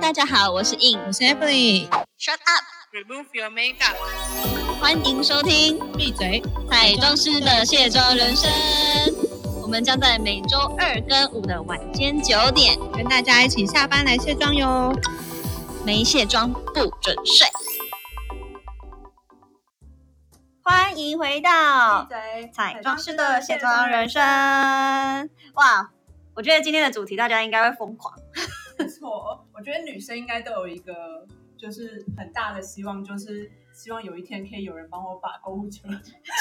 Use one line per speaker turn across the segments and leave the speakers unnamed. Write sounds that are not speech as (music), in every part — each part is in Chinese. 大家好，我是 In，
我是 Emily，
Shut up，
Remove your makeup，
欢迎收听《
闭嘴。
彩妆师的卸妆人生》，我们将在每周二跟五的晚间九点，
跟大家一起下班来卸妆哟。
没卸妆不准睡。欢迎回到
嘴
彩妆师的卸妆人生。哇，我觉得今天的主题大家应该会疯狂。
没错，我觉得女生应该都有一个就是很大的希望，就是希望有一天可以有人帮我把购物
(laughs)
车，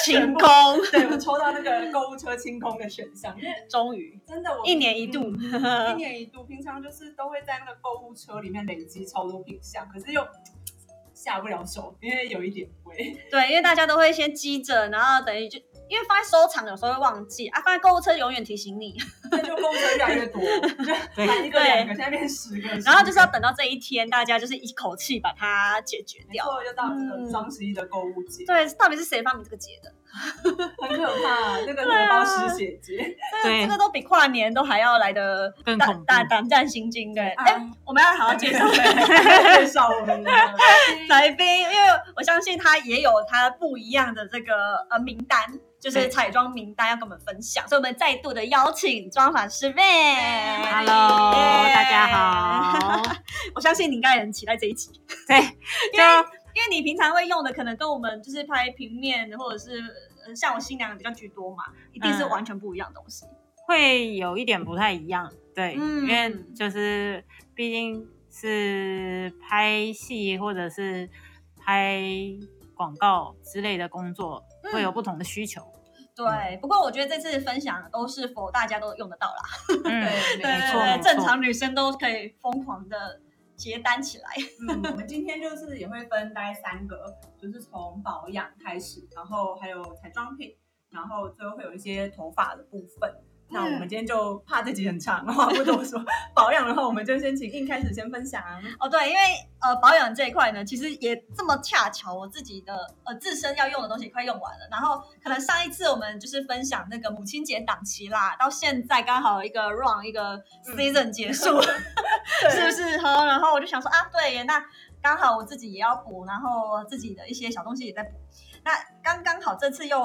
清空，
对我抽到那个购物车清空的选项，因为
终于
真的我
一年一度， (laughs)
一年一度，平常就是都会在那个购物车里面累积超多品相，可是又下不了手，因为有一点贵。
对，因为大家都会先积着，然后等于就因为放在收藏有时候会忘记啊，放在购物车永远提醒你， (laughs)
那就购物车越来越多，就买一个
对
两个，现在变十个，
然后就是要
十个
等到这一天，大家就是一口气把它解决
没
掉。
错，又到这
嗯
个双十一的购物节，
对，到底是谁发明这个节的？
(laughs) 很可怕，那个
对啊
荷包失血节，
对
这个都比跨年都还要来的
更恐
胆
怖
胆胆战心惊。对， (laughs) 哎、
啊
我们要好好介绍
(laughs) 介绍我
(laughs)
们的
来宾，因为我相信他也有他不一样的这个呃名单。就是
对
彩妆名单要跟我们分享，所以我们再度的邀请妆法师 Van。
Hello，
耶
大家
(laughs)
好。
我相信你应该也很期待这一集，啊
对，
因为因为你平常会用的，可能跟我们就是拍平面或者是呃像我新娘比较居多嘛，一定是
嗯
完全不一样的东西。
会有一点不太一样，对，
嗯
因为就是毕竟是拍戏或者是拍广告之类的工作，
嗯
会有不同的需求。
对，不过我觉得这次分享都是否大家都用得到啦，
嗯，
对，
(laughs) 对
没
对
错
对
没错
正常女生都可以疯狂的接单起来。
嗯，我们今天就是也会分大概三个，就是从保养开始，然后还有彩妆品，然后最后会有一些头发的部
啊
分。那我们今天就怕这集很长，话不多说。 (laughs) 保养的话，我们就先请硬开始先分享。
哦，对，因为呃保养这一块呢，其实也这么恰巧，我自己的呃自身要用的东西快用完了，然后可能上一次我们就是分享那个母亲节档期啦，到现在刚好一个 run 一个 season 结束，是不是？好，然后我就想说啊，对耶，那刚好我自己也要补，然后自己的一些小东西也在补，那刚刚好这次又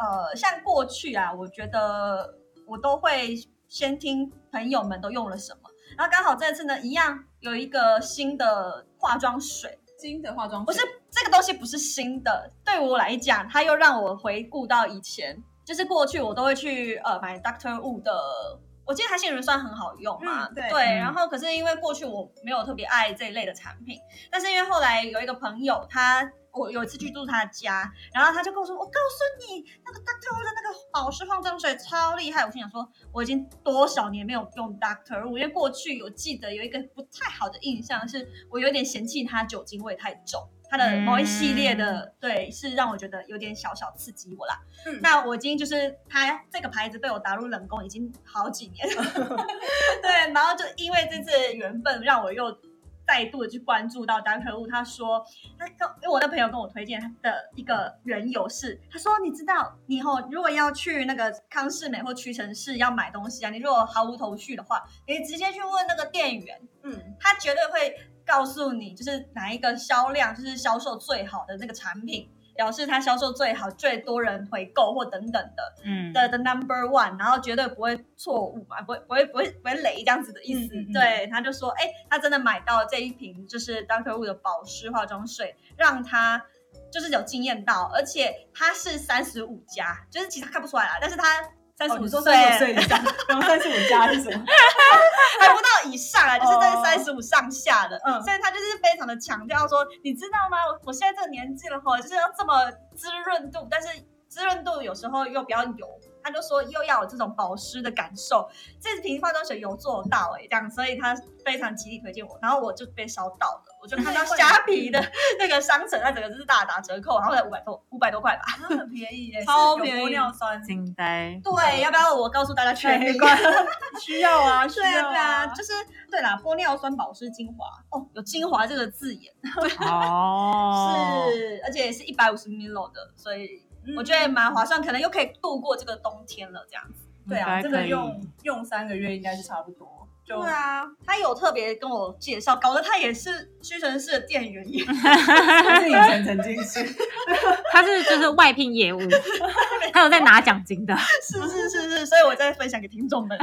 呃，像过去啊，我觉得我都会先听朋友们都用了什么。然后刚好这次呢，一样有一个新的化妆水，
金的化妆
不是这个东西不是新的，对我来讲，它又让我回顾到以前，就是过去我都会去呃买 Doctor Wu 的。我记得它杏仁酸很好用嘛，
嗯对
嗯
然后可是因为过去我没有特别爱这一类的产品，但是因为后来有一个朋友他。我有一次去住他家，然后他就跟我说：“我告诉你，那个 Doctor Wu 的那个保湿化妆水超厉害。”我心想说，我已经多少年没有用 Doctor Wu，因为过去我记得有一个不太好的印象，是我有点嫌弃它酒精味太重，它的某一系列的、对是让我觉得有点小小刺激我啦。
嗯
那我已经就是它这个牌子被我打入冷宫已经好几年了，对，然后就因为这次缘分，让我又再度的去关注到 Doctor Wu。他说，他跟因为我的朋友跟我推荐他的一个缘由是，他说你知道，你以后如果要去那个康士美或屈臣氏要买东西啊，你如果毫无头绪的话，你直接去问那个店员，
嗯，
他绝对会告诉你，就是哪一个销量就是销售最好的那个产品，表示它销售最好、最多人回购或等等的。
嗯，
的的 number one，然后绝对不会错误嘛，不会不会不会不会雷这样子的意思。
嗯嗯嗯
对，他就说，哎、他真的买到这一瓶就是 Doctor Wu 的保湿化妆水，让他就是有惊艳到，而且他是三十五加，就是其实他看不出来啦，但是他。三十
哦，
五
你说
岁，
三十岁以上，然后三十五加是什么？
还不到以上啊，就是在
哦
三十五上下的，
嗯
所以他就是非常的强调说，你知道吗？我我现在这个年纪了哈，就是要这么滋润度，但是滋润度有时候又比较油，他就说又要有这种保湿的感受，这瓶化妆水有做到哎、欸，这样，所以他非常极力推荐我，然后我就被烧到了，我就看到虾皮
(laughs)
的 (laughs) 那个商城，它整个就是大打折扣，然后才五百多五百多块吧，
很便宜耶，
(laughs) 超
是有
便宜
玻尿酸
惊呆，
对，要不要我告诉大家全
哎
名？
关需要啊，需
对啊，
要
对啊，就是对啦，玻尿酸保湿精华哦，有精华这个字眼。
哦，
是，而且也是一百五十 ml 的，所以
嗯
我觉得蛮划算，可能又可以度过这个冬天了，这样子。
对啊，
嗯应该
这
可
个
以
用用三个月应该是差不多。就
对啊，他有特别跟我介绍，搞得他也是屈臣氏的店员耶，
(laughs)
是以前曾经是，
他是就是外聘
(laughs)
业务，他有在拿奖金的，
是是是是，所以我再分享给听众
(laughs)
们。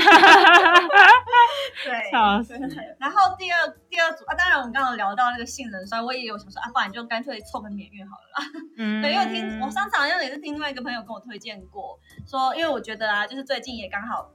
对，
笑死！
然后第二第二组啊，当然我们刚刚聊到那个杏仁酸，我也有想说啊，不然就干脆凑个免运好了。
嗯
对，因为听我上次好像也是听另外一个朋友跟我推荐过，说因为我觉得啊，就是最近也刚好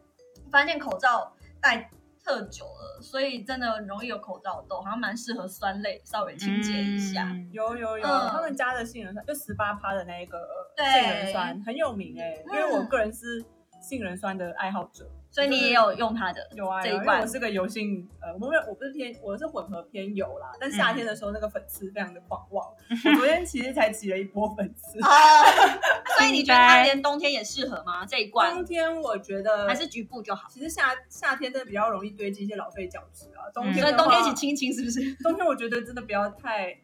发现口罩戴特久了，所以真的很容易有口罩痘，好像蛮适合酸类稍微清洁一下。
嗯
有有有，
嗯
他们家的杏仁酸就十八趴的那一个
对嗯
杏仁酸很有名哎、因为我个人是杏仁酸的爱好者，
所以你也有用它的，
有啊
这
有
一
啊，因为
罐。
我是个油性呃，我不是我不是偏我是混合偏油啦，但夏天的时候那个粉刺非常的狂妄，我昨天其实才起了一波粉刺
哦， (laughs) 所以你觉得它
应该
连冬天也适合吗？这一
冬
罐
天我觉得
还是局部就好，
其实夏夏天真的比较容易堆积一些老废角质啊，冬天
嗯所以
的
冬天一
话
起清一清是不是？
冬天我觉得真的不要太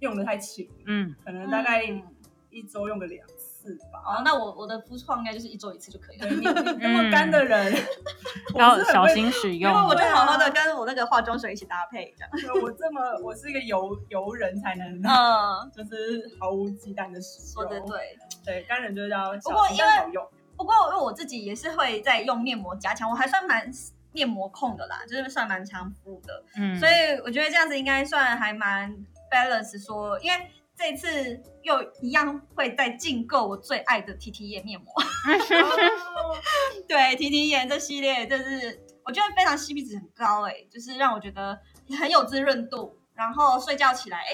用的太勤，
嗯，
可能大概
嗯
一周用个两次吧。
哦，那我我的肤况应该就是一周一次就可以了
对。啊你你这么干的人，
嗯
(laughs) 我
要
是很
小
会
心使
因
用
为。 (laughs) 我就好好的跟我那个化妆水一起搭配，这
(laughs)
样。
呃我这么我是一个油油人才能，
嗯，
(laughs) 就是毫无忌惮的使
说
用。
的对。
对，干人就是要
不过
小心
因为
但好
(laughs)
用。
不过因为我自己也是会在用面膜加强，我还算蛮面膜控的啦，就是算蛮常敷的，
嗯，
所以我觉得这样子应该算还蛮 balance 说，因为。这次又一样会再进购我最爱的 T T 液面膜， (laughs)
哦 (laughs)
对 T T 液这系列，就是我觉得非常 CP 值很高哎、就是让我觉得很有滋润度，然后睡觉起来哎、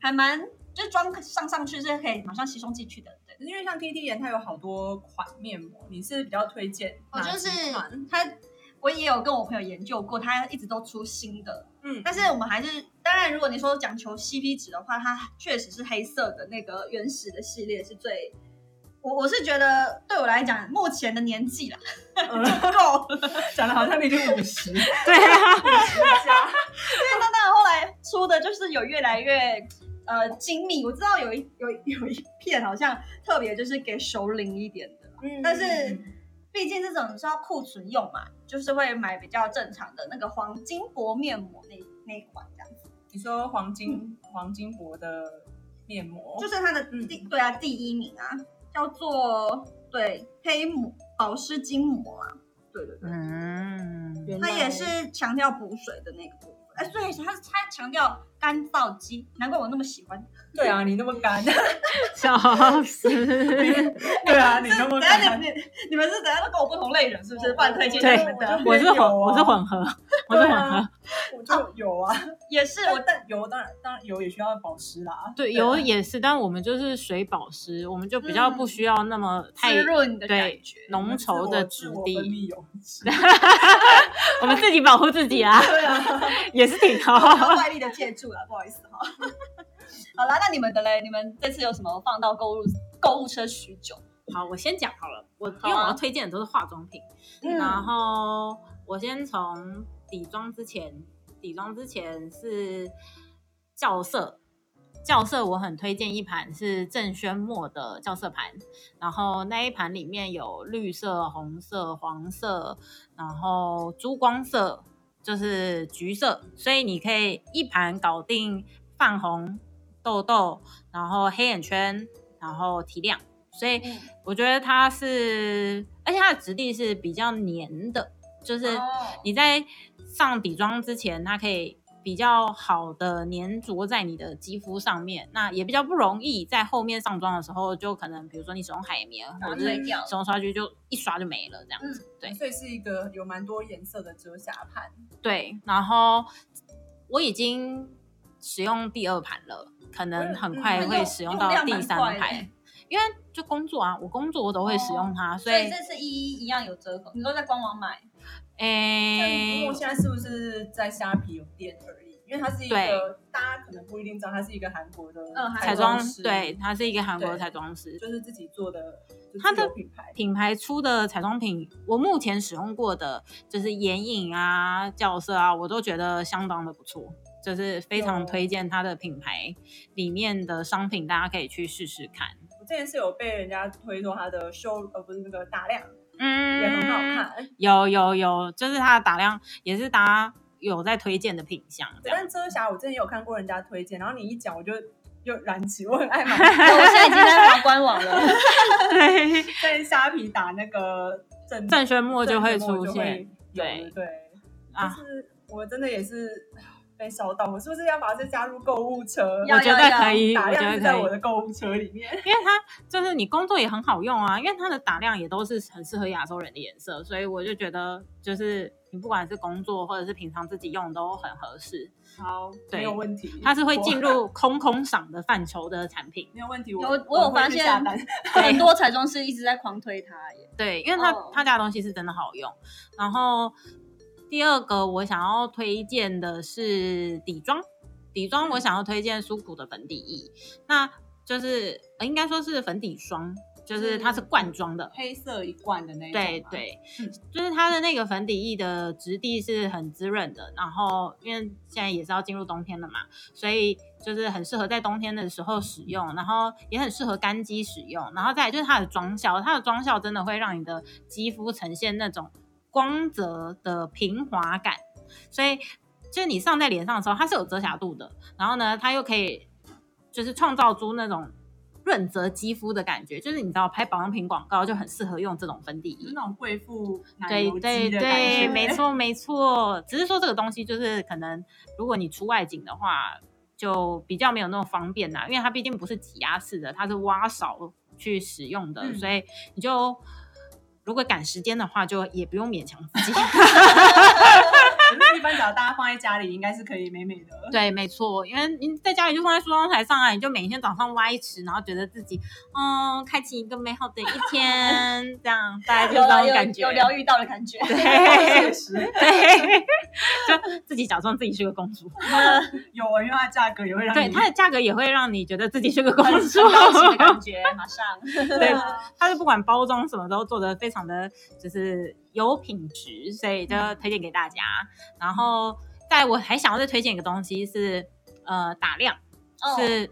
还蛮就是妆上上去是可以马上吸收进去的，对。
因为像 T T 盐它有好多款面膜，你是比较推荐
我
哪
就
几
是
款？
他，我也有跟我朋友研究过，他一直都出新的，
嗯
但是我们还是，当然如果你说讲求 CP 值的话，它确实是黑色的那个原始的系列是最，我我是觉得对我来讲，目前的年纪啦 (laughs)
嗯，
够了，
讲的好像你已经五十
对 (laughs) 啊，
因为当然后来出的就是有越来越。呃，精密，我知道有一有一有一片好像特别就是给熟龄一点的，
嗯
但是毕竟这种是要库存用嘛，就是会买比较正常的那个黄金薄面膜那那一款这样子，
你说黄金黄金箔的面膜，
就是它的
嗯
第、对啊第一名啊，叫做对黑膜保湿筋膜啊，对对对，
嗯，
它也是强调补水的那个部分，哎、所以它它强调干燥肌，难怪我那么喜欢。
对啊，你那么
(laughs)
干，
(laughs) 笑 (laughs) 死，
对啊，你那么
等一下
干
你。你你们是等一下都跟我不同类人是不是？不然推荐
对
你们的
我是混，
有啊
我是混合，我是混合。
啊我就有啊，
也是
但
我
我但油当然当然油也需要保湿啦，
对，
啊
油也是，但我们就是水保湿，我们就比较不需要那么太
滋润的感
对
觉。
浓稠的质
自我自我分
地，
泌油脂，
我们自己保护自己啊， (laughs)
对 (laughs) 啊。
也是挺
然
好
后。外力的借助了，不好意 (laughs) 思哈。好啦，那你们的嘞？你们这次有什么放到购物购物车许久？
好，我先讲好了，我因
好啊
为我要推荐的都是化妆品，
嗯
然后我先从底妆之前，底妆之前是校色，校色我很推荐一盘是郑轩墨的校色盘，然后那一盘里面有绿色、红色、黄色，然后珠光色就是橘色，所以你可以一盘搞定泛红、痘痘，然后黑眼圈，然后提亮，所以
嗯
我觉得它是，而且它的质地是比较黏的，就是
哦
你在上底妆之前，它可以比较好的粘着在你的肌肤上面，那也比较不容易在后面上妆的时候，就可能比如说你使用海绵或者
水
是
掉
使用刷具，就一刷就没了
嗯
这样子。对
所以是一个有蛮多颜色的遮瑕盘，
对，然后我已经使用第二盘了，可能很快
嗯
会使用到第三盘，因为就工作啊，我工作我都会使用它，所
哦所以
以
这次一一一样有折扣，你都在官网买，
诶
但我现在是不是在虾皮有店而已？因为它是一
对
个大家可能不一定知道，它是一个韩国的
嗯
彩
韩国
妆
师，
对，，它是一个韩国的
对
彩妆师，
就是自己做的，就是
它的
自有品牌
品牌出的彩妆品，我目前使用过的就是眼影啊、校色啊，我都觉得相当的不错，就是非常
有
推荐它的品牌里面的商品，大家可以去试试看。
我之前是有被人家推说它的修呃不是那个打亮，
嗯
也很好。看。
有有有，就是它的打量也是大家有在推荐的品相，这样
但遮瑕我之前有看过人家推荐，然后你一讲我就又燃起，我很爱
(laughs)
买
(laughs)
我现在已经在爬官网了。
对，
在虾皮打那个正
(laughs) 郑轩墨就
正
会
正
出
墨就
现
会有
对
对
啊
就。是我真的也是被烧到，我是不是要把这加入购物车？
要
我觉得可以，
打
我觉
量
得
是在
可以
我，的购物车里面。
因为它就是你工作也很好用啊，因为它的打量也都是很适合亚洲人的颜色，所以我就觉得就是你不管是工作或者是平常自己用都很合适，
好，
对
没有问题。
它是会进
我
入空空赏的范畴的产品。
没有问题。
有
我
我有
会
发
去
现
下单
很多彩妆师一直在狂推它耶。
对，因为他、
哦
他家的东西是真的好用。然后第二个我想要推荐的是底妆，底妆我想要推荐舒普的粉底液，那就是呃应该说是粉底霜，就是它是罐装的。
黑色一罐的那一种
对
吗，
对
嗯，
就是它的那个粉底液的质地是很滋润的，然后因为现在也是要进入冬天了嘛，所以就是很适合在冬天的时候使用，然后也很适合干肌使用，然后再来就是它的妆效，它的妆效真的会让你的肌肤呈现那种光泽的平滑感，所以就是你上在脸上的时候，它是有遮瑕度的，然后呢，它又可以就是创造出那种。润泽肌肤的感觉，就是你知道拍保养品广告就很适合用这种粉底
就
液
是，那种贵妇奶
对
油
对
肌的感
对，
觉，
没。错没错。只是说这个东西就是可能，如果你出外景的话，就比较没有那么方便啦，因为它毕竟不是挤压式的，它是挖勺去使用的，
嗯
所以你就如果赶时间的话，就也不用勉强自己。
可是一般只要大家放在家里，应该是可以美美
(laughs)
的。
对，没错，因为你在家里就放在梳妆台上啊，你就每天早上挖一池，然后觉得自己嗯，开启一个美好的一天，这样大概就
(laughs) 有
是这
啦
种
有
感觉。
有疗愈到的感觉。
对
确实
对，就自己假装自己是个公主。
有，啊因为它的价格也会让
对，
你
它的价格也会让你觉得自己是个公
很
主。
很高
(laughs)
级的感觉，马 (laughs) 上。
对，它是不管包装什么都做的非常的就是有品质，所以就推荐给大家。然后，在我还想要再推荐一个东西是呃打亮，
哦
是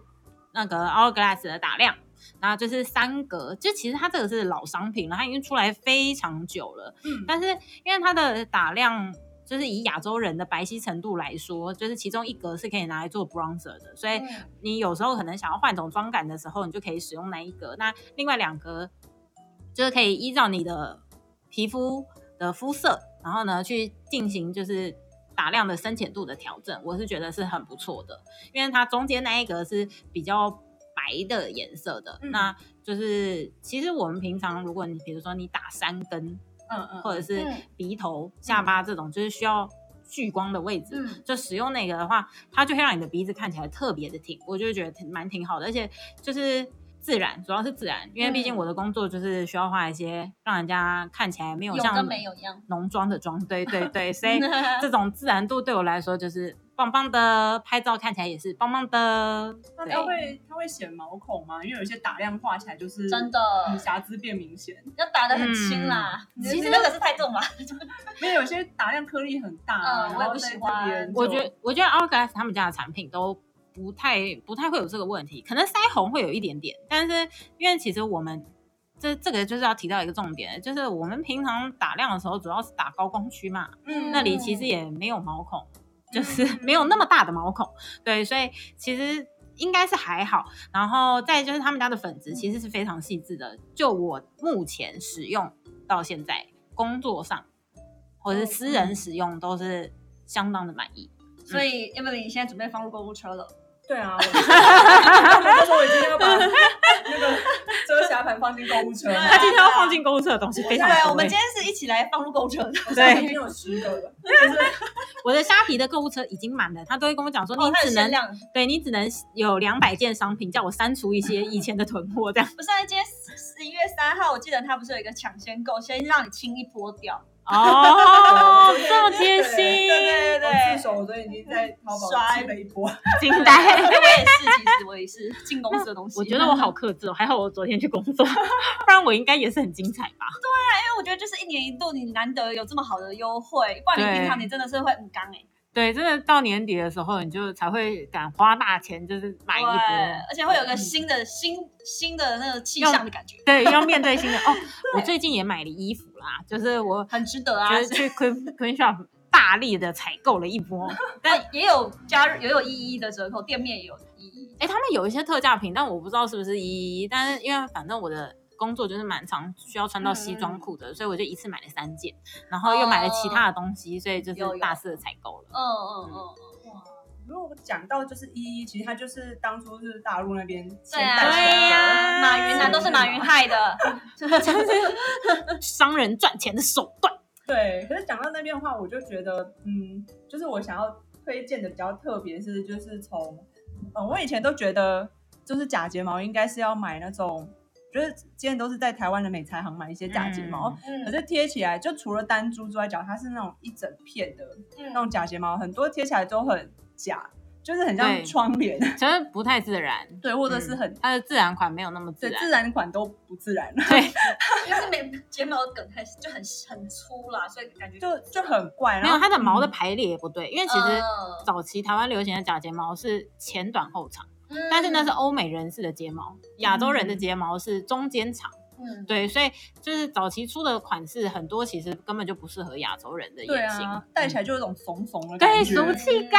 那个 Hourglass 的打亮。然后就是三格，就其实它这个是老商品了，它已经出来非常久了。
嗯
但是因为它的打量，就是以亚洲人的白皙程度来说，就是其中一格是可以拿来做 bronzer 的，所以
嗯
你有时候可能想要换种妆感的时候，你就可以使用那一格。那另外两格就是可以依照你的皮肤的肤色，然后呢去进行就是打亮的深浅度的调整。我是觉得是很不错的，因为它中间那一格是比较白的颜色的。
嗯
那就是其实我们平常如果你比如说你打三根，
嗯嗯，
或者是
嗯
鼻头、下巴这种，就是需要聚光的位置，
嗯
就使用那个的话，它就会让你的鼻子看起来特别的挺，我就觉得挺蛮挺好的，而且就是自然，主要是自然，因为毕竟
嗯
我的工作就是需要画一些让人家看起来没有
有
像
跟没有一样。
浓妆的妆，对对对，
(laughs)
所以这种自然度对我来说就是棒棒的，拍照看起来也是棒棒的，
那
对
它会它会显毛孔吗？因为有些打量画起来就是
真的
嗯瑕疵变明显，
要打得很轻啦，
嗯
其实那个是太重了。
没有有些打量颗粒很大，啊
嗯
然
我也
后
不
在
喜
这
欢
边
我
就
觉得，我觉得 Hourglass 他们家的产品都不太不太会有这个问题，可能腮红会有一点点，但是因为其实我们这这个就是要提到一个重点，就是我们平常打亮的时候，主要是打高光区嘛，
嗯
那里其实也没有毛孔，就是没有那么大的毛孔，对，所以其实应该是还好。然后再就是他们家的粉质其实是非常细致的，就我目前使用到现在，工作上或
嗯
者是私人使用都是相当的满意。
所以 Emily 现在准备放入购物车了，
对啊，我 (laughs) 我说我已经要把那个遮瑕盘放进购物车了，
他今天要放进购物车的东西非
对
常多欸。，
我们今天是一起来放入购物车的。
现在已经有十个了，
我的虾皮的购物车已经满了，他都会跟我讲说你
哦，它有
只
限
能、
量，
对你只能有两百件商品，叫我删除一些以前的囤货 (laughs) 这样。
不是啊，今天十一月三号，我记得它不是有一个抢先购，先让你清一波
(laughs)
掉，
哦，这么贴心，
对
对对对
我自首我都已经在淘宝
刷
积了一波，
惊
我
呆。
也是，其实我也是进公司的东西。
我觉得我好克制哦，还好我昨天去工作， (laughs) 不然我应该也是很精彩吧。
因为我觉得就是一年一度，你难得有这么好的优惠，不然你
对
平常你真的是会很刚哎。
对，真的到年底的时候，你就才会敢花大钱，就是买一
对
波。
而且会有个新的新新的那个气象的感觉，
对，要面对新的哦。我最近也买了衣服啦，就是我
很值得啊
就！是去 Queen Queen Shop 大力的采购了一波。但
但也有加入也有一一的折扣，店面也有一一。
哎、他们有一些特价品，但我不知道是不是一一。但是因为反正我的工作就是蛮常需要穿到西
嗯
装裤的，所以我就一次买了三件，然后又买了其他的东西，所以就
有有
是大肆的采购了。
嗯嗯嗯，
如果讲到就是一一，其实它就是当初是大陆那边
对
先
啊，
带起来的
呀
马云啊，都是马云害的。
(laughs) 商人赚钱的手段。
对，可是讲到那边的话，我就觉得，嗯，就是我想要推荐的比较特别是，就是从，嗯，我以前都觉得，就是假睫毛应该是要买那种，就是之前都是在台湾的美材行买一些假睫毛，可
嗯
是贴起来就除了单珠之外，讲它是那种一整片的那
嗯，
种假睫毛，很多贴起来都很假，就是很像
对
窗帘，
其实不太自然，
对，或者是很。
嗯它的自然款没有那么自
对，
然。
自然款都不自然了，
就是眉睫毛梗太就很很粗啦，所以感觉
就就很怪。
没
然
有
后
它的毛的
嗯
排列也不对，因为其
嗯
实早期台湾流行的假睫毛是前短后长，
嗯
但是那是欧美人士的睫毛，亚洲人的
嗯
睫毛是中间长。
嗯
对，所以就是早期出的款式很多，其实根本就不适合亚洲人的
对
眼型，
啊，戴起来就有一种怂怂的
对
感觉，
俗气感。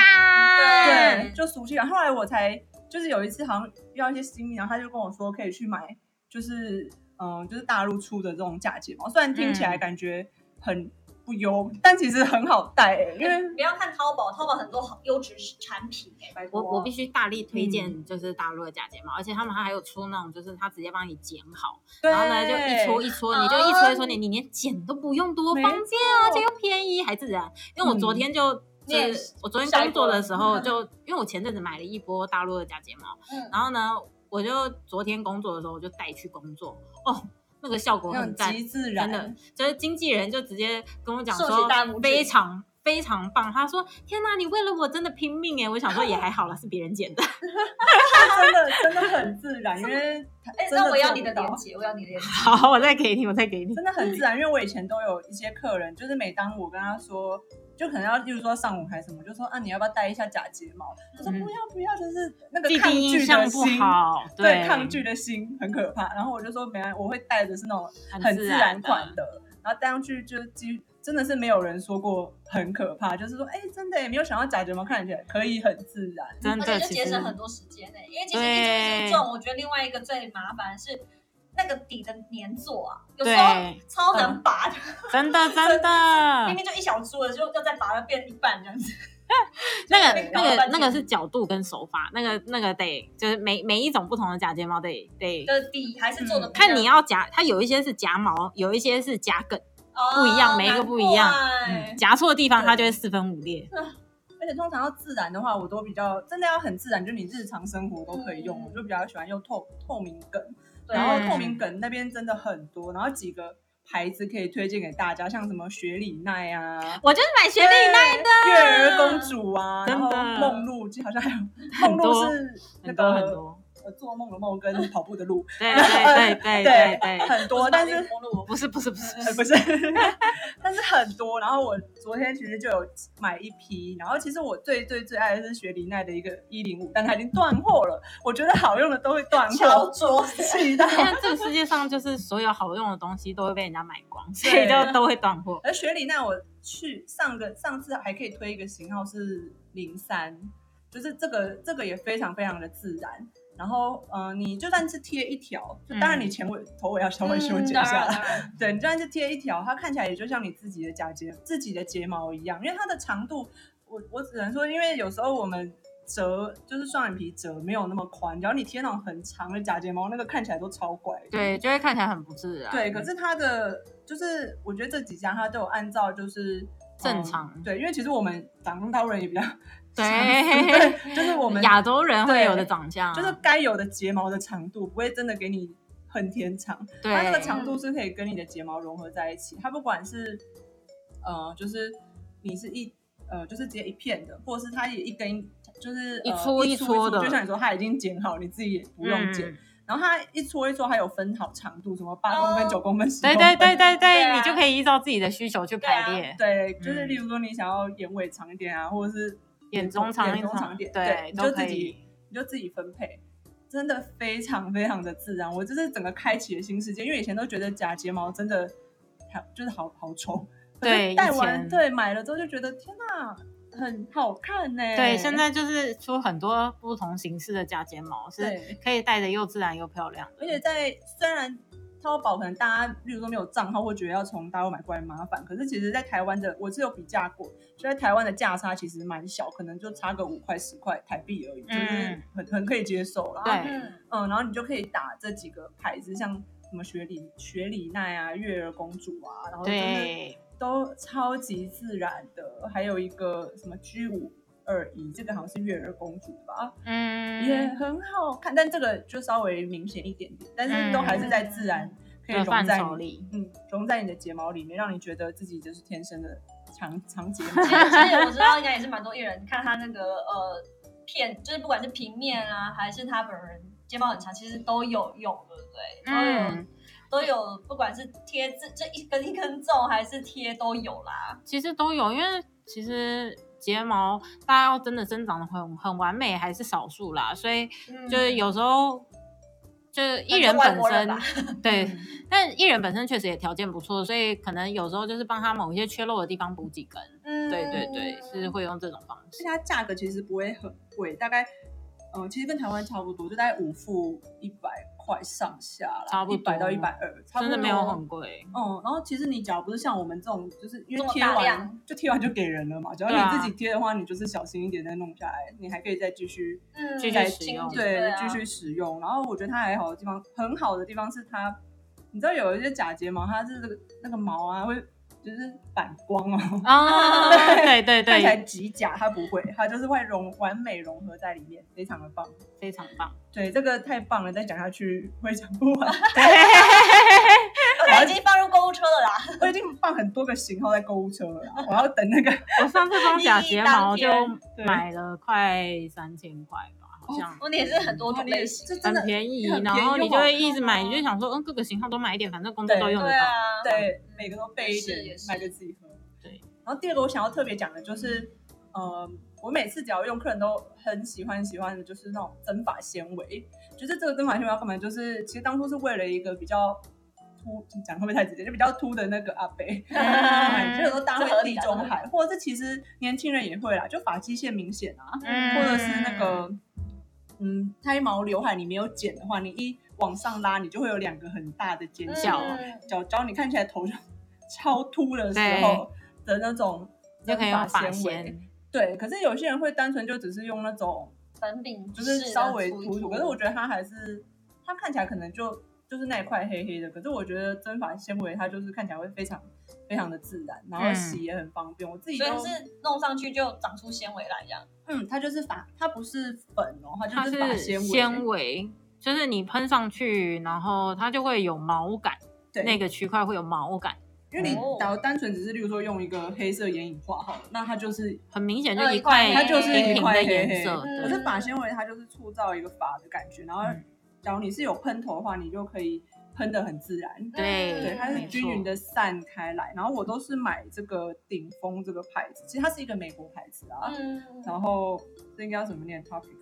对，就熟悉感。后来我才就是有一次好像遇到一些新意，然后他就跟我说可以去买，就是嗯，就是大陆出的这种假睫毛，虽然听起来
嗯
感觉很不优，但其实很好戴、欸，因为
嗯不要看淘宝，淘宝很多好优质产品哎、拜托。
我我必须大力推
嗯
荐，就是大陆的假睫毛，而且他们还有出那种，就是他直接帮你剪好，
对嗯
(laughs) 然后呢就一撮一撮，你就一撮一撮，你你连剪都不用多
没嗯
方便啊，而且又便宜还自然。因为我昨天就、
你也
就是我昨天
下一
工作
波
的时候就，因为我前阵子买了一波大陆的假睫毛，
嗯
然后呢，我就昨天工作的时候我就带去工作，哦，那个效果
那
很
种
赞，
极自
真
然 (laughs)
的，就是经纪人就直接跟我讲
竖起
说
大拇指，
非常非常棒。他说：“天哪，你为了我真的拼命哎！”我想说也还好啦，是别人剪的。 (laughs)
真的真的很自然，因为
哎、
真的
那我要
做
你
不
的
到
链接，我要你的链接。
好，我再给你，我再给你。
真的很自然，因为我以前都有一些客人，就是每当我跟他说，就可能要，例如说上舞台什么，就说啊，你要不要戴一下假睫毛？他说
嗯
不要不要，就是那个
既
抗
定印
拒
象
的
不
心，
好，
对抗拒的心很可怕。然后我就说没关系，我会戴的是那种很自然款
的。
的，然后戴上去就几真的是没有人说过很可怕，就是说哎、真的也没有想到假睫毛看起来可以很自然，
真
而且
的，
就
其
节
实
省很多时间呢、欸因为其实一种是重，我觉得另外一个最麻烦是那个底的粘做啊，有时候
对嗯
超难拔的，
真的真的
明，明就一小撮的，就要再把它变一半这样子。
那
明明
个那
搞了
个
半天
那个是角度跟手法，那个那个得就是每每一种不同的假睫毛得得
的底还是做的、
嗯看你要夹，它有一些是夹毛，有一些是夹梗，
哦
不一样每一个不一样嗯
难怪
夹错的地方它就会四分五裂。
而且通常要自然的话，我都比较真的要很自然，就你日常生活都可以用，
嗯
我就比较喜欢用透透明梗。
对
然后透
嗯
明梗那边真的很多，然后几个牌子可以推荐给大家，像什么雪里奈啊。
我就是买学历那
对月儿公主啊，
真
然后
的
梦露，就好像还有
很 (laughs)
梦
多
露是那
很多
个
很多，
呃做梦的梦跟跑步的路， (laughs)
对对对对对对，
很多，但是
不是不是不是，
(laughs) 呃不是，但是很多。然后我昨天其实就有买一批，然后其实我最最最爱的是雪里奈的一个一零五，但它已经断货了。我觉得好用的都会断
敲
货，
桌子，
气到。
现在这个世界上就是所有好用的东西都会被人家买光，所
对
以就都会断货。
而雪里奈我去上个上次还可以推一个型号是零三，就是这个这个也非常非常的自然。然后，嗯、你就算是贴一条，就
嗯
当然你前尾、头尾要稍微修剪一
嗯当
下
然
啦，
当然
对，你就算是贴一条，它看起来也就像你自己的假睫、自己的睫毛一样，因为它的长度，我我只能说，因为有时候我们折就是双眼皮折没有那么宽，然后你贴那种很长的假睫毛，那个看起来都超怪。
对，就会看起来很不自然。
对，可是它的就是我觉得这几家它都有按照就是
正常
嗯对，因为其实我们长中大陆人也比较 (laughs)
对，
就是我们
亚洲人会有的长相，
就是该有的睫毛的长度，不会真的给你很天长。
对嗯
它那个长度是可以跟你的睫毛融合在一起，它不管是呃，就是你是一呃，就是直接一片的，或者是它也一根，就是、呃
一撮
一
一撮的
就像你说，它已经剪好，你自己也不用剪。
嗯
然后它一撮一撮还有分好长度，什么八公分、
哦
九公分、十公
对
分。
对对对
对啊
你就可以依照自己的需求去排列，
对，就是
嗯
例如说你想要眼尾长一点啊，或者是
眼中长
眼中长一点，对，你
都
就
可
自
以
己。你就自己分配，真的非常非常的自然。我就是整个开启了新世界，因为以前都觉得假睫毛真的好，就是好好丑。可是
对以
戴完
前
对买了之后就觉得天哪，很好看呢、
对，现在就是出很多不同形式的假睫毛，是
对，
可以戴的又自然又漂亮。
而且在虽然淘宝可能大家，例如说没有账号，会觉得要从大陆买过来麻烦，可是其实，在台湾的我是有比价过，所以在台湾的价差其实蛮小，可能就差个五块十块台币而已，就是
嗯
很很可以接受啦。
对
嗯，
嗯，然后你就可以打这几个牌子，像什么雪里雪里奈啊、月儿公主啊，然后就是
对，
都超级自然的。还有一个什么 G 五二一，这个好像是月儿公主吧，也
嗯，
很好看，但这个就稍微明显一点点，但是都还是在自然、可以
嗯的
融
范
在
畴
你
里，
嗯融在你的睫毛里面，让你觉得自己就是天生的长长睫
(laughs)
毛
其。实其实我知道应该也是蛮多艺人，看他那个呃片，就是不管是平面啊，还是他本人睫毛很长，其实都有用，对不对？都
哎
有、
嗯，
都有，不管是贴这这一根一根皱还是贴都有啦。
其实都有，因为其实睫毛大家要真的生长的很很完美还是少数啦，所以
嗯
就是有时候。就是艺人
很多外
本
国人吧
身对，
嗯
但艺人本身确实也条件不错，所以可能有时候就是帮他某一些缺漏的地方补几根。
嗯
对对对，是会用这种方
所
式
以。它价格其实不会很贵，大概嗯、呃其实跟台湾差不多，就大概五副一百块上下啦，
差不
一
多
百到一百二，差不
真
多
的没有
(laughs)
很贵，
嗯，然后其实你假如不是像我们这种，就是因
这
为
么
贴
大
完
量
就贴完就给人了嘛。只要
对啊
你自己贴的话，你就是小心一点再弄下来，你还可以再继续
嗯
继续
再
使用
清洁
对
啊
继续使用。然后我觉得它还好的地方，很好的地方是它，你知道有一些假睫毛，它是这个那个毛啊会就是反光哦，
哦，对对
看起来
对，
极假，它不会，它就是会融完美融合在里面，非常的棒。
非常
(laughs)
棒。
对，这个太棒了，再讲下去会讲不完。 (laughs)
我已经放入购物车了啦。
我已经放很多个型号在购物车了啦，我要等那个
我上次光假睫毛就
对
买了快三千块吧，
哦
(laughs)
好像
我也是很
哦
多种类型，
这真的
很便宜。
很
然
便宜
后你
又
就
好
会一直
看
买，
啊
你就想说，嗯，各个型号都买一点，反正工作都
嗯
用得
对
到。
啊，
对，每个都备一点
也，是
买给自己喝。
对。
然后第二个我想要特别讲的就是，呃，我每次只要用，客人都很喜欢喜欢的，就是那种针法纤维。就是这个针法纤维要干嘛？就是其实当初是为了一个比较秃，讲会不会太直接？就比较秃的那个阿伯，
嗯
就有时候大家
这合
会
理
地
啊
中
这合理
海，或者是其实年轻人也会啦，就发际线明显啊，
嗯
或者是那个嗯胎毛刘海你没有剪的话，你一往上拉，你就会有两个很大的尖
嗯
角啊。角角你看起来头就 (laughs) 超秃的时候的那种
就可以用发
纤维。
纤，
对，可是有些人会单纯就只是用那种，
粉饼
就是稍微涂
涂
一涂。可是我觉得它还是，它看起来可能就就是那一块黑黑的。可是我觉得针法纤维它就是看起来会非常非常的自然，然后
嗯
洗也很方便。我自己
所
都
以是弄上去就长出纤维来这样。
嗯，它就是发，它不是粉哦，它
它
就是发
是
纤
纤维，就是你喷上去，然后它就会有毛感，
对，
那个区块会有毛感，
因为你
哦
假如单纯只是例如说用一个黑色眼影画好了，那它就是
很明显就
呃
一
一块
块
它就是
平
一
平
块
哎
黑
的
黑
颜色。
嗯
可
对
是发纤维它就是塑造一个发的感觉，然后
嗯
假如你是有喷头的话，你就可以喷的很自然。
嗯
对
对，它是均匀的散开来。然后我都是买这个顶峰这个牌子，其实它是一个美国牌子啊。
嗯，
然后这应该要怎么念 topic？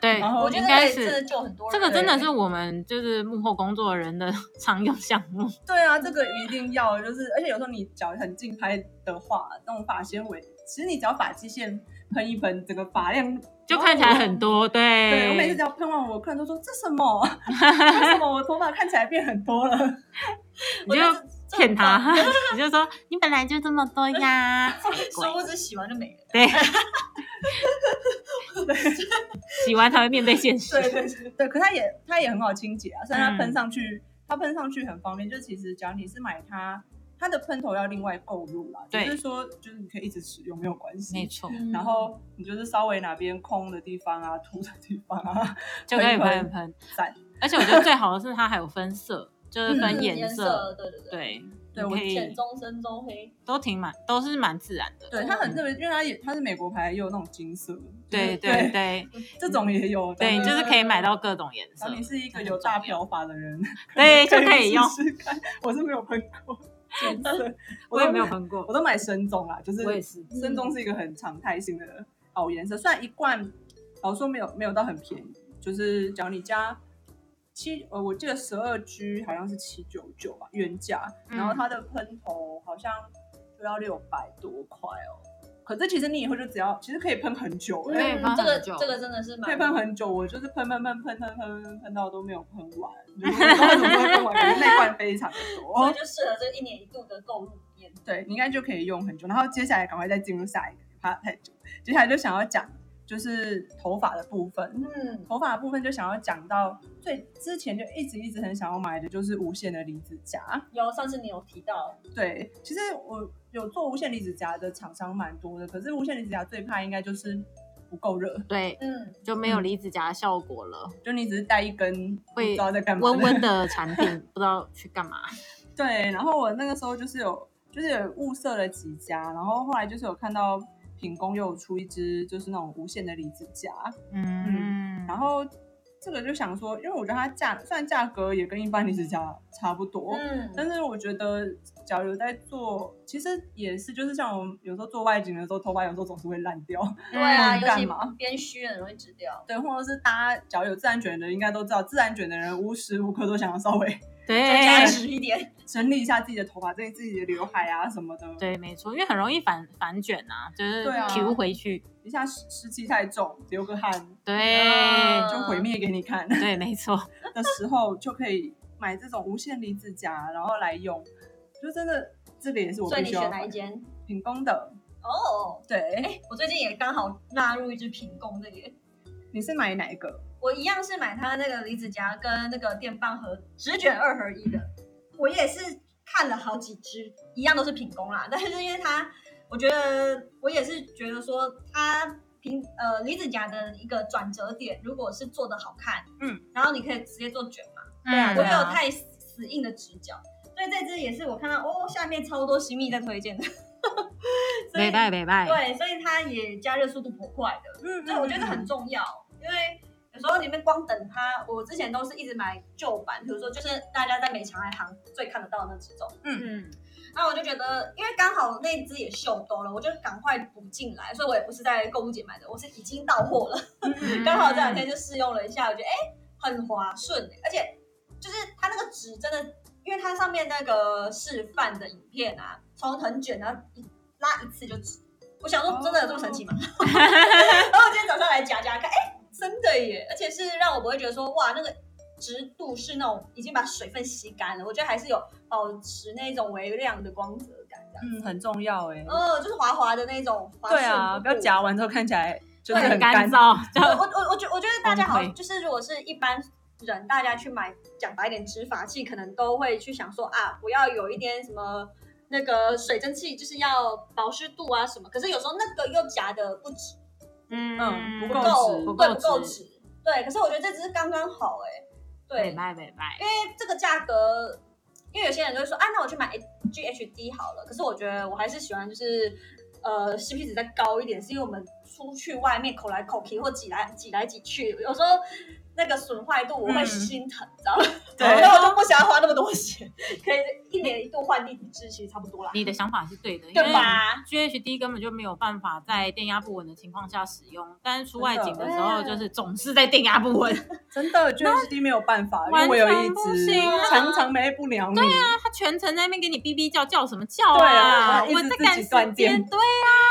对，
然后
我觉
应
得
该
这个
是
真的救很多人。
这个真的是我们就是幕后工作人的 (laughs) 常用项目。
(laughs) 对啊，这个一定要，就是而且有时候你脚很近拍的话，那种发纤维，其实你只要发际线喷一喷，整个发量
就看起来
哦
很多，对，
对我每次只要喷完，我客人都说这什么？ (laughs) 为什么我头发看起来变很多了？
你就骗他， (laughs) 你就说你本来就这么多呀，
(laughs)
才
殊
怪
不知洗完就没了。
对，洗完才会面对现实，
对对对，可它也它也很好清洁啊，虽然它
嗯
喷上去，它喷上去很方便。就其实只要你是买它，它的喷头要另外购入啦，就
对
是说就是你可以一直使用没有关
没
系。
错，
嗯然后你就是稍微哪边空的地方啊、凸的地方啊， (laughs)
就可以
喷一
喷
喷
喷
散。
而且我觉得最好的是它还有分色，就是分
嗯
颜
色，
对对对，
对，
对
你
我
可以
浅棕、深棕黑，
都挺蛮都是蛮自然的。
对它很特别，因为它也它是美国牌，也有那种金色的，
对
就是
对
对，
对
这种也有，
对，
但
就是可以买到各种颜色
当。你是一个有大漂法的人，
对就可以
以
用
试试看。我是没有喷过，
浅色。
我也没有
都买，
喷过，
我都买深棕啦，就是
我也是。
深棕是一个很常态性的好颜色，虽然一罐老实说没有没有到很便宜，就是只要你加七呃，我记得十二 G 好像是七九九吧原价，
嗯
然后它的喷头好像就要六百多块哦。可是其实你以后就只要，其实可以喷很久、欸，
以喷
嗯这个
很久
这个真的是
可以
蛮
喷很久，我就是喷喷喷喷喷喷喷喷到都没有喷完，就是我都没有喷完， (laughs) 可是那罐非常的
所
多
以。就适合这一年一度的购物里面。
对，你应该就可以用很久。然后接下来赶快再进入下一个，怕太久。接下来就想要讲就是头发的部分，
嗯，
头发的部分就想要讲到最之前就一直一直很想要买的就是无线的离子夹。
有上次你有提到，
对，其实我有做无线离子夹的厂商蛮多的，可是无线离子夹最怕应该就是不够热，
对，
嗯，
就没有离子夹的效果了。
就你只是带一根不知道在干嘛的
温温的产品不知道去干嘛。
(laughs) 对，然后我那个时候就是有就是有物色了几家，然后后来就是有看到品工又有出一支就是那种无线的离子夹，
嗯，
然后这个就想说，因为我觉得它价虽然价格也跟一般离子夹差不多，
嗯，
但是我觉得假如有在做，其实也是就是像我们有时候做外景的时候，头发有时候总是会烂掉， (laughs)
对啊，尤
嗯干嘛
其边虚很容易直掉。
对，或者是大家假如有自然卷的，应该都知道，自然卷的人无时无刻都想要稍微
再加
对
实一点，
整理一下自己的头发，整理自己的刘海啊什么的，
对，没错，因为很容易反反卷啊，就是
对啊
Q 回去。
一下湿湿气太重，流个汗，
对嗯
啊
就毁灭给
(laughs)
你看
对，没错，
的时候，就可以买这种无线离子夹，然后来用，就真的这个也是我
所以
必
你
须要
选哪一间？
品工的。
哦，
对，哎
我最近也刚好纳入一支品工的耶。
你是买哪一个？
我一样是买它那个离子夹跟那个电棒盒纸卷二合一的，我也是看了好几支，一样都是品工啦， (laughs) 但是因为它，我觉得我也是觉得说它平呃离子夹的一个转折点，如果是做的好看，
嗯，
然后你可以直接做卷嘛，
对啊
我没有太死硬的直角，所以这支也是我看到哦下面超多新密在推荐的， (laughs) 所以
北拜北拜，
对，所以它也加热速度颇快的。
嗯
对，我觉得很重要，因为有时候你们光等它，我之前都是一直买旧版，比如说就是大家在美强来行最看得到的那几种，
嗯，
然后我就觉得，因为刚好那只也秀兜了，我就赶快补进来，所以我也不是在购物节买的，我是已经到货了，
嗯
刚好这两天就试用了一下，我觉得哎很滑顺、欸而且就是它那个纸真的，因为它上面那个示范的影片啊，从很卷然后一拉一次就直。我想说，真的有这么神奇吗？ (laughs) 然后我今天早上来夹夹看，哎、真的耶！而且是让我不会觉得说，哇，那个直度是那种已经把水分吸干了，我觉得还是有保持那种微亮的光泽感，这样。
嗯很重要哎、
嗯，就是滑滑的那种滑顺
对啊，
度
不要夹完之后看起来就是
很
很
干
干。
燥， (laughs)
我我我我觉我觉得大家好
崩
像就是如果是一般人，大家去买讲白一点直发器，可能都会去想说啊，不要有一点什么那个水蒸气，就是要保湿度啊什么。可是有时候那个又夹的不直，
嗯，
嗯
不
不
不够
够
够直不
对
够
不够
直
直，对。可是我觉得这只是刚刚好哎、
北
对，
拜北拜，
因为这个价格，因为有些人就会说，啊，那我去买 GHD 好了。可是我觉得我还是喜欢就是，呃，CP 值再高一点，是因为我们出去外面口来口去或挤来挤来挤去，有时候那个损坏度我会
嗯
心疼，你知道吗？
对
那我就不想要花那么多钱，可以一年一度换立体支，其实差不多啦，
你的想法是对啊的，因
对
为。
吧？
GHD 根本就没有办法在电压不稳的情况下使用，但是出外景
真的
的时候就是总是在电压不稳，
啊
真的，GHD 没有办法，因
完
为
全
我有一
不
只
行啊
常常没不了你，
(laughs) 他全程在那边给你哔哔叫，叫什么叫
对
啊？
啊
我
一直
在
自己
赶时
断
间，
电
对，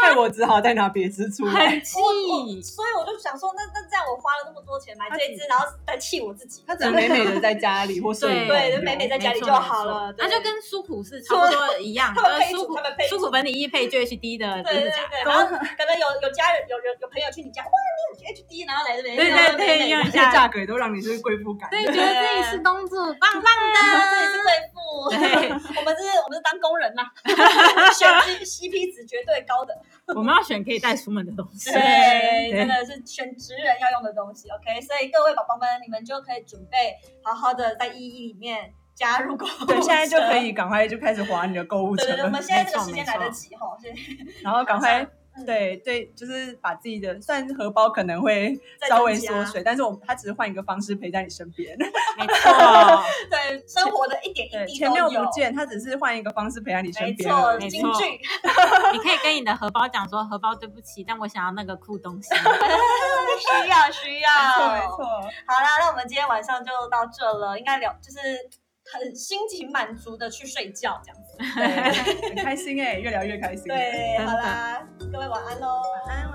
害我只好再拿别支出来。
很气。
我我所以我就想说，那那这样我花了那么多钱买这一只，然后再气我自己。
它只能美美的在家里或摄影
对
棚
对，就
用
美美在家里就
没错
好了
没错，
对
那就跟苏苦是差不多一样，
他们
呃
配
苏
组
苦
他们配组
苏苦本体
(laughs)
一配 GHD 的
对
就是
对
假，
(laughs) 对，然后可能有有家人有有有朋友去你家，哇，你有 HD，然后来这边，
对对对用
用
一
而且
下
价格也都让你是贵妇感。
对，觉得自己是公主，棒 (laughs) 棒
啊这里是贵妇，
的。
(laughs) 我们是我们是当工人
(laughs)
嘛，选 CP 值绝对高的，
对，我们要选可以带出门的东西。
对，
对
真的是选职人要用的东西，OK，所以各位宝宝们，你们就可以准备好好的在一一里面。加入购物车。 (laughs)
对，现在就可以赶快就开始划你的购物
对。
车
对，对，我们现在这个
没错
时间
没
来
错
得及哈，所以
然后赶快
嗯
对对，就是把自己的虽然荷包可能会
再
稍微
增加
缩水，但是我它只是换一个方式陪在你身边。
没错，
对生活的一点
对，
一滴
钱
都
没
有
有。不见，它只是换一个方式陪在你
没
身边而
错，
已。
没
京
(laughs)
错
剧
你可以跟你的荷包讲说，荷包对不起，但我想要那个酷东西。
需要需要，
没错，没错。
好啦，那我们今天晚上就到这了，应该聊就是很心情满足的去睡觉这样子。
对，很开心哎、越聊越开心。
对，
真的
好啦，各位晚安喽，晚安。